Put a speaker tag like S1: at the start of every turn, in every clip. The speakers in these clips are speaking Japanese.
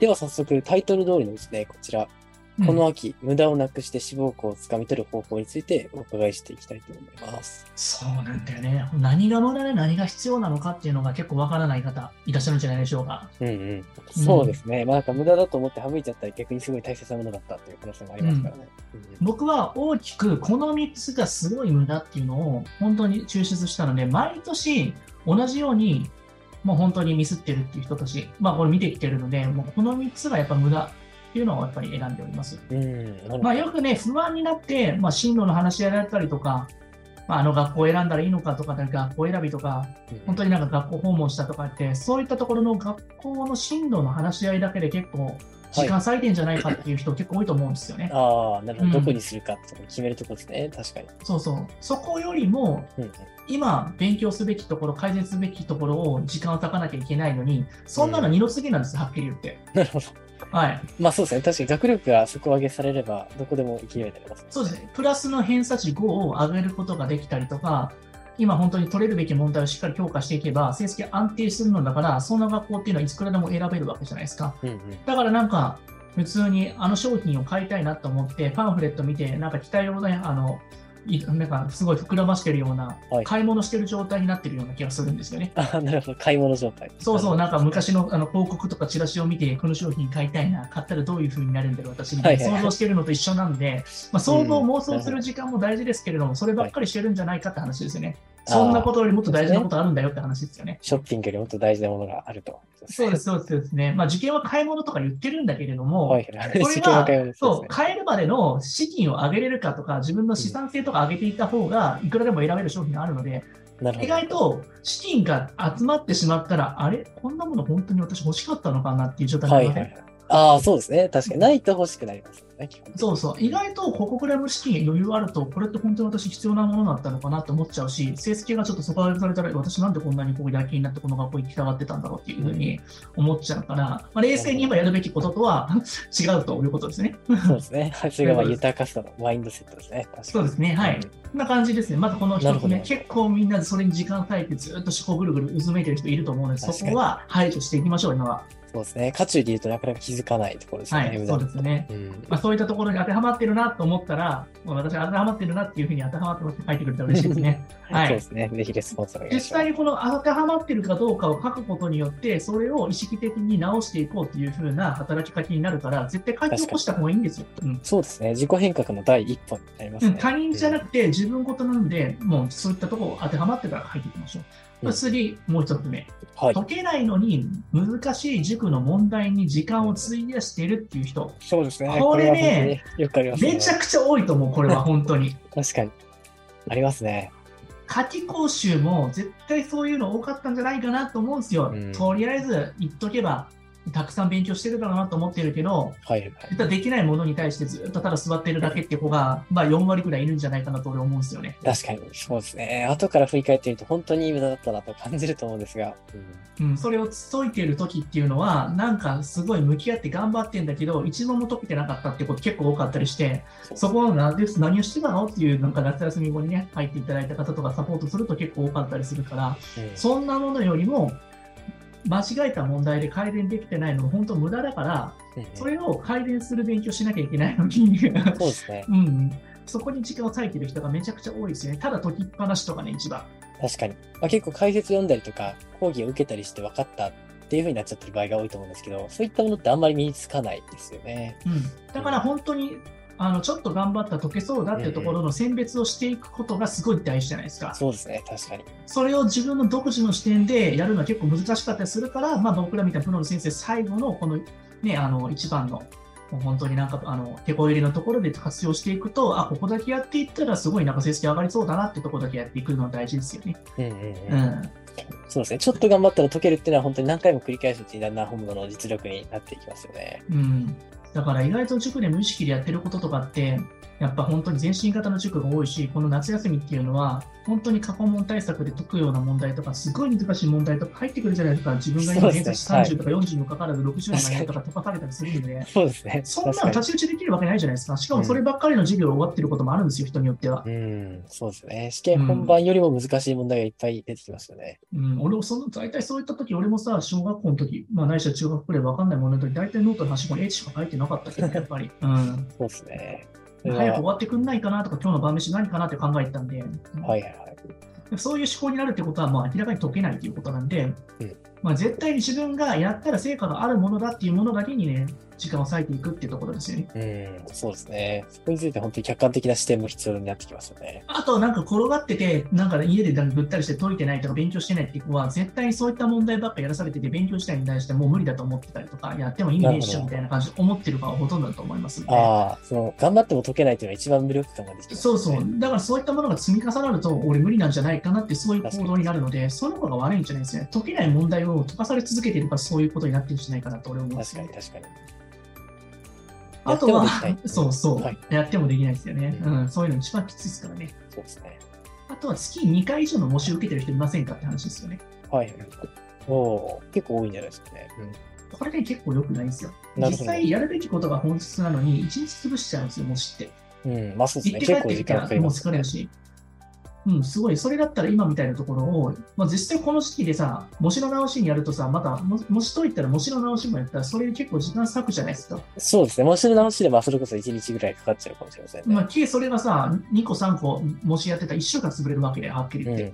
S1: では早速タイトル通りのですね、こちら、この秋、無駄をなくして志望校をつかみ取る方法についてお伺いしていきたいと思います。
S2: そうなんだよね。何が無駄で何が必要なのかっていうのが結構わからない方いらっしゃるんじゃないでしょうか。
S1: うんうん。そうですね。まあなんか無駄だと思って省いちゃったら逆にすごい大切なものだったという可能性もありますからね。うん
S2: 僕は大きくこの3つがすごい無駄っていうのを本当に抽出したので、毎年同じようにもう本当にミスってるっていう人たち、まあこれ見てきてるので、もうこの3つがやっぱ無駄っていうのをやっぱり選んでおります。
S1: うん。なるほど
S2: まあ、よくね、不安になって、まあ、進路の話し合いだったりとか、まあ、あの学校を選んだらいいのかとか、なんか学校選びとか、本当になんか学校訪問したとかって、そういったところの学校の進路の話し合いだけで結構、時間割いてんじゃないかっていう人結構多いと思うんですよね。
S1: ああ、なるほど。
S2: うん
S1: どこにするかってとこ決めるとこですね。確かに。
S2: そうそう。そこよりも、
S1: うんうん
S2: 今、勉強すべきところ、改善すべきところを時間を割かなきゃいけないのに、そんなの二の次なんです、はっきり言って。
S1: なるほど。
S2: はい。
S1: まあそうですね。確かに学力が底上げされれば、どこでも勢いになります、
S2: そうですね、プラスの偏差値5を上げることができたりとか、今本当に取れるべき問題をしっかり強化していけば、成績安定するのだから、そんな学校っていうのはいつからでも選べるわけじゃないですか。
S1: うんうん。
S2: だからなんか、普通にあの商品を買いたいなと思って、パンフレット見て、なんか期待をね、あの、いなんかすごい膨らましてるような
S1: はい、
S2: 買い物してる状態になってるような気がするんですよね。
S1: ああ、なるほど。買い物状態。
S2: そうそう、なんか昔のあの広告とかチラシを見て、この商品買いたいな、買ったらどういう風になるんだろう、私みたい
S1: はい
S2: な、
S1: はいはい
S2: 想像してるのと一緒なんで、まあ、想像、
S1: うん
S2: 妄想する時間も大事ですけれども、そればっかりしてるんじゃないかって話ですよね。
S1: あー
S2: そんなことよりもっと大事なことあるんだよって話ですよね。
S1: ショッピングよりもっと大事なものがあると。
S2: そうです、そうですそうですね。まあ、受験は買い物とか言ってるんだけれども、
S1: はいはい。
S2: こ
S1: 時
S2: れ
S1: 間は買い物、で
S2: は
S1: すね
S2: そう、買えるまでの資金を上げれるかとか、自分の資産性とか上げていった方が、いくらでも選べる商品があるので、
S1: なるほ
S2: 意
S1: ど。
S2: 外と資金が集まってしまったら、あれ、こんなもの本当に私欲しかったのかなっていう状態にな
S1: は
S2: り
S1: い
S2: ま
S1: は
S2: せ
S1: い
S2: ん
S1: はい。ああ、そうですね。確かにないと欲しくなりますよね。基本的に
S2: そうそう、意外とここくらいの資金余裕あると、これって本当に私必要なものだったのかなって思っちゃうし、成績がちょっと底上げされたら、私なんでこんなにこうやる気になってこの学校行きたがってたんだろうっていうふうに思っちゃうから、まあ、冷静に今やるべきこととは 違うということですね。
S1: そうですね。はいそれがまあ豊かさのマインドセットですね。確かに
S2: そうですねはいこんな感じですね。まずこの
S1: な
S2: 一
S1: る
S2: つ
S1: ほど
S2: 目、結構みんなそれに時間割いてずっと思考ぐるぐるうずめいてる人いると思うので、そ
S1: 確かに
S2: こは排除していきましょう、今は。
S1: そうですね。渦中で言うとなかなか気づかないところですね。
S2: はい、
S1: 無
S2: そ
S1: 駄
S2: うですね。
S1: うん
S2: まあ、そういったところに当てはまってるなと思ったら、もう私当てはまってるなっていうふうに当てはまってますって書いてくれたら嬉しいで すね。はい
S1: そうですね。ぜひレスポンスお願いし
S2: 実
S1: ます。
S2: 際にこの当てはまってるかどうかを書くことによって、それを意識的に直していこうというふうな働きかけになるから、絶対書き起こした方がいいんですよ。うん
S1: そうですね。自己変革の第一歩になりま
S2: う
S1: す
S2: ん
S1: ね。
S2: 他人じゃな
S1: く
S2: くて自分事なんで、もうそういったところ当てはまってから書いていきましょう。
S1: うん
S2: 次、もう一つ目。
S1: はい。
S2: 解けないのに難しい塾の問題に時間を費やしているっていう人、
S1: そうですね。
S2: これね
S1: これは本当によくありますね。
S2: めちゃくちゃ多いと思う、これは本当に。
S1: 確かに。ありますね。
S2: 夏季講習も絶対そういうの多かったんじゃないかなと思うんですよ。
S1: うん
S2: とりあえず言っとけば、たくさん勉強してるだろうなと思ってるけど、
S1: はいはい。
S2: 絶対できないものに対してずっとただ座ってるだけって子が、まあ4割くらいいるんじゃないかなと俺思うんですよね。
S1: 確かに、そうですね。後から振り返ってみると、本当に無駄だったなと感じると思うんですが。
S2: うん、それを解いてる時っていうのは、なんかすごい向き合って頑張ってんだけど、一問も解けてなかったってこと結構多かったりして、そこをなんで何をしてたのっていう、なんか夏休み後にね、入っていただいた方とかサポートすると結構多かったりするから、
S1: うん
S2: そんなものよりも、間違えた問題で改善できてないのも本当無駄だから、
S1: うん
S2: それを改善する勉強しなきゃいけないのに、
S1: そうですね。
S2: うん、そこに時間を割いてる人がめちゃくちゃ多いですよね。ただ解きっぱなしとかね、一番。
S1: 確かに。まあ、結構解説読んだりとか、講義を受けたりして分かったっていう風になっちゃってる場合が多いと思うんですけど、そういったものってあんまり身につかないですよね。
S2: うん、だから本当に、あのちょっと頑張った解けそうだっていうところの選別をしていくことがすごい大事じゃないですか。
S1: そうですね。確かに。
S2: それを自分の独自の視点でやるのは結構難しかったりするから、まあ、僕らみたいなプロの先生、最後のこの,、ね、あの一番の、もう本当になんかあの手こ入れのところで活用していくと、あここだけやっていったら、すごいなんか成績上がりそうだなってところだけやっていくのは大事ですよね。
S1: うんうんうん。
S2: うん、
S1: そうですね。ちょっと頑張ったら解けるっていうのは本当に何回も繰り返すうちにだんだん本物の実力になっていきますよね。
S2: うん、だから意外と塾で無意識でやってることとかって、やっぱ本当に全身型の塾が多いし、この夏休みっていうのは、本当に過去問対策で解くような問題とか、すごい難しい問題とか入ってくるじゃないですか、自分が今、
S1: そう
S2: 偏差
S1: です
S2: 値
S1: ね
S2: 30とか40にもかかわらず、60になりとか解かされたり するんで、
S1: そうですね。
S2: そんなの
S1: 確か
S2: 太刀打ちできるわけないじゃないですか、しかもそればっかりの授業が終わってることもあるんですよ、人によっては。
S1: に。うん、そうですね。試験本番よりも難しい問題がいっぱい出てきますよね。
S2: うん、俺もその、大体そういった時、俺もさ、小学校の時、まあ、ないしは中学くらいわかんないものの時、大体ノートの端っこに H しか書いてなかったけど、やっぱり。うん。
S1: そうですね。それは
S2: 早く終わってくんないかなとか、今日の晩飯何かなって考えてたんで、うん
S1: はいはいはい。
S2: そういう思考になるってことは、まあ、明らかに解けないということなんで、
S1: うん
S2: まあ、絶対に自分がやったら成果があるものだっていうものだけにね、時間を割いていくっていうところですよね。
S1: うん、そうですね。そこについて本当に客観的な視点も必要になってきますよね。
S2: あと、なんか転がってて、なんか家でぐったりして解いてないとか勉強してないっていう子は、絶対にそういった問題ばっかやらされてて、勉強自体に対してもう無理だと思ってたりとか、やっても意味ねえっしょみたいな感じで思ってる子はほとんどだと思いますんで。
S1: ああ、その、頑張っても解けないというのは一番無力感ができてます
S2: そ
S1: よ
S2: う
S1: ね
S2: そう。だからそういったものが積み重なると、俺無理なんじゃないかなって、そういう行動になるので、その子が悪いんじゃないですよね。解けない問題を解かされ続けているから、そういうことになってるんじゃないかなと俺は思うんです
S1: 確か
S2: よ
S1: に。確かに。
S2: あとは
S1: やってもできな、い
S2: そうそう、
S1: はい
S2: やってもできないですよね、
S1: う
S2: うんん。そういうの一番きついですからね。
S1: そうですね。
S2: あとは月2回以上の模試を受けてる人いませんかって話ですよね。
S1: はい。おおー結構多いんじゃないですかね。うん
S2: これね、結構良くないんですよ。
S1: な
S2: 実
S1: るほど
S2: 際やるべきことが本質なのに、1日潰しちゃうんですよ、模試って。
S1: うん、まあそうです
S2: 行っ
S1: ね。
S2: て帰
S1: 結
S2: っ
S1: 構
S2: て
S1: 時
S2: きた
S1: 間かからり
S2: もう
S1: ます。
S2: 疲れるし。うん、すごい。それだったら今みたいなところを、まあ、実際この時期でさ、模試の直しにやるとさ、また、も模試といったら模試の直しもやったら、それ結構時間割くじゃないですか。
S1: そうですね。もう一度直しで、まあそれこそ1日ぐらいかかっちゃうかもしれませんね。
S2: まあ、計それがさ、2個3個模試やってたら1週間潰れるわけで、はっきり
S1: う
S2: 言って。
S1: ん。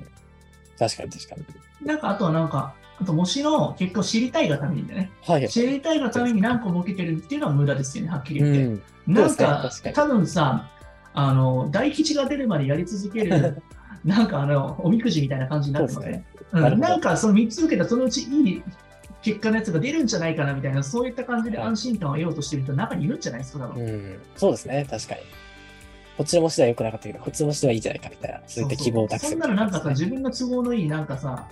S1: 確かに確かに。
S2: なんか、あとはなんか、あと模試の結果を知りたいがためにね、
S1: はい。
S2: 知りたいがために何個も受けてるっていうのは無駄ですよね、はっきり
S1: う
S2: 言って。
S1: ん。そうで
S2: なん
S1: すね
S2: か
S1: 確かに
S2: 多分さ、あの、大吉が出るまでやり続ける、 なんかあの、おみくじみたいな感じになってますね。う
S1: なる
S2: ん、
S1: ほど
S2: なんかその3つ受けたらそのうちいい結果のやつが出るんじゃないかなみたいな、そういった感じで
S1: はい
S2: 安心感を得ようとしてる人、中にいるんじゃないですか、多分。
S1: うん。そうですね。確かに。こっちの模試では良くなかったけど、こっちの模試ではいいんじゃないかみたいな、そういった希望を託
S2: そ
S1: す
S2: ん
S1: み
S2: な
S1: たい
S2: のなんかさ、
S1: 感じ
S2: 自
S1: ですね
S2: 分の都合のいい、なんかさ、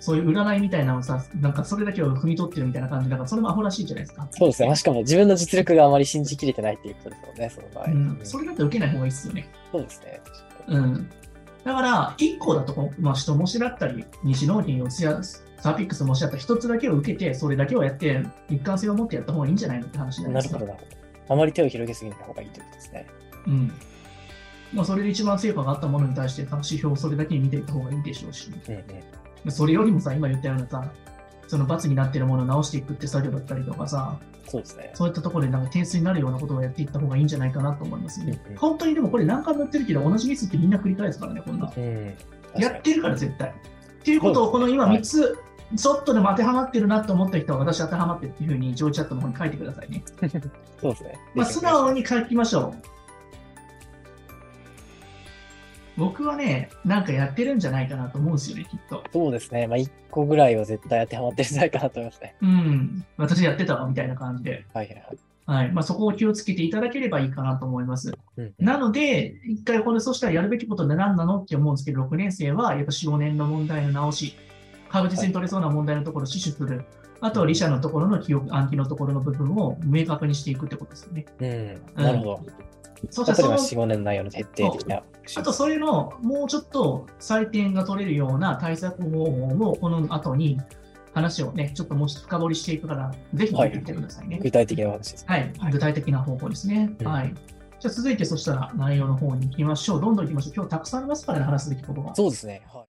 S2: そういう占いみたいなのをさ、なんかそれだけを踏み取ってるみたいな感じだから、それもアホらしいじゃないですか。
S1: そうですね。まあしかも自分の実力があまり信じきれてないっていうことですもんね、その場合。
S2: うん、
S1: うん
S2: それだと受けない方がいいですよね。
S1: そうですね。
S2: うん。だから、1個だとこう、まあ、人模試だったり、西納品をつや、サーピックス模試だったり、1つだけを受けて、それだけをやって、一貫性を持ってやった方がいいんじゃないのって話じゃ
S1: な
S2: な
S1: いる
S2: で
S1: ほ
S2: すか。
S1: ど、なるほど。あまり手を広げすぎない方がいいということですね。
S2: うん。まあ、それで一番成果があったものに対して、指標をそれだけに見ていった方がいいでしょうし、
S1: うんうん。
S2: それよりもさ、今言ったようなさ、その罰になってるものを直していくって作業だったりとかさ、
S1: そうですね。
S2: そういったところでなんか点数になるようなことをやっていった方がいいんじゃないかなと思いますね。
S1: うんうん
S2: 本当にでもこれ何回もやってるけど、同じミスってみんな繰り返すからね、こんな。
S1: うん。確か
S2: やっ
S1: に
S2: てるから絶対。っていうことを、この今
S1: はい
S2: 3つ、ちょっとでも当てはまってるなと思った人は、私当てはまってるっていうふうに、上位チャットの方に書いてくださいね。
S1: そうですね。
S2: まあ、素直に書きましょう。僕はね、なんかやってるんじゃないかなと思うんですよね、きっと。
S1: そうですね。まあ、1個ぐらいは絶対当てはまってるんじゃないかなと思いますね。
S2: うん、私やってたわ、みたいな感じで。
S1: はいはいはい。
S2: はい。まあ、そこを気をつけていただければいいかなと思います。
S1: うん
S2: なので、一回これ、そしたらやるべきことって何なのって思うんですけど、6年生はやっぱ4、5年の問題の直し、確実に取れそうな問題のところを死守する、あとは理社のところの記憶、暗記のところの部分を明確にしていくってことですよね。
S1: うん。
S2: うん
S1: なるほど。
S2: そした
S1: 例え
S2: ら
S1: ば
S2: そ
S1: 4、
S2: の、
S1: 5年の内容の徹底的な。
S2: あとそれのもうちょっと採点が取れるような対策方法をこの後に話をね、ちょっともうちょっと深掘りしていくから、ぜひ見てみてくださいね。
S1: 具体的なお話です。
S2: はい、具体的な方法ですね。
S1: うん
S2: はい。じゃあ続いて、そしたら内容の方に行きましょう。どんどん行きましょう。今日たくさんありますからね、話すべきことが。
S1: そうですね。はい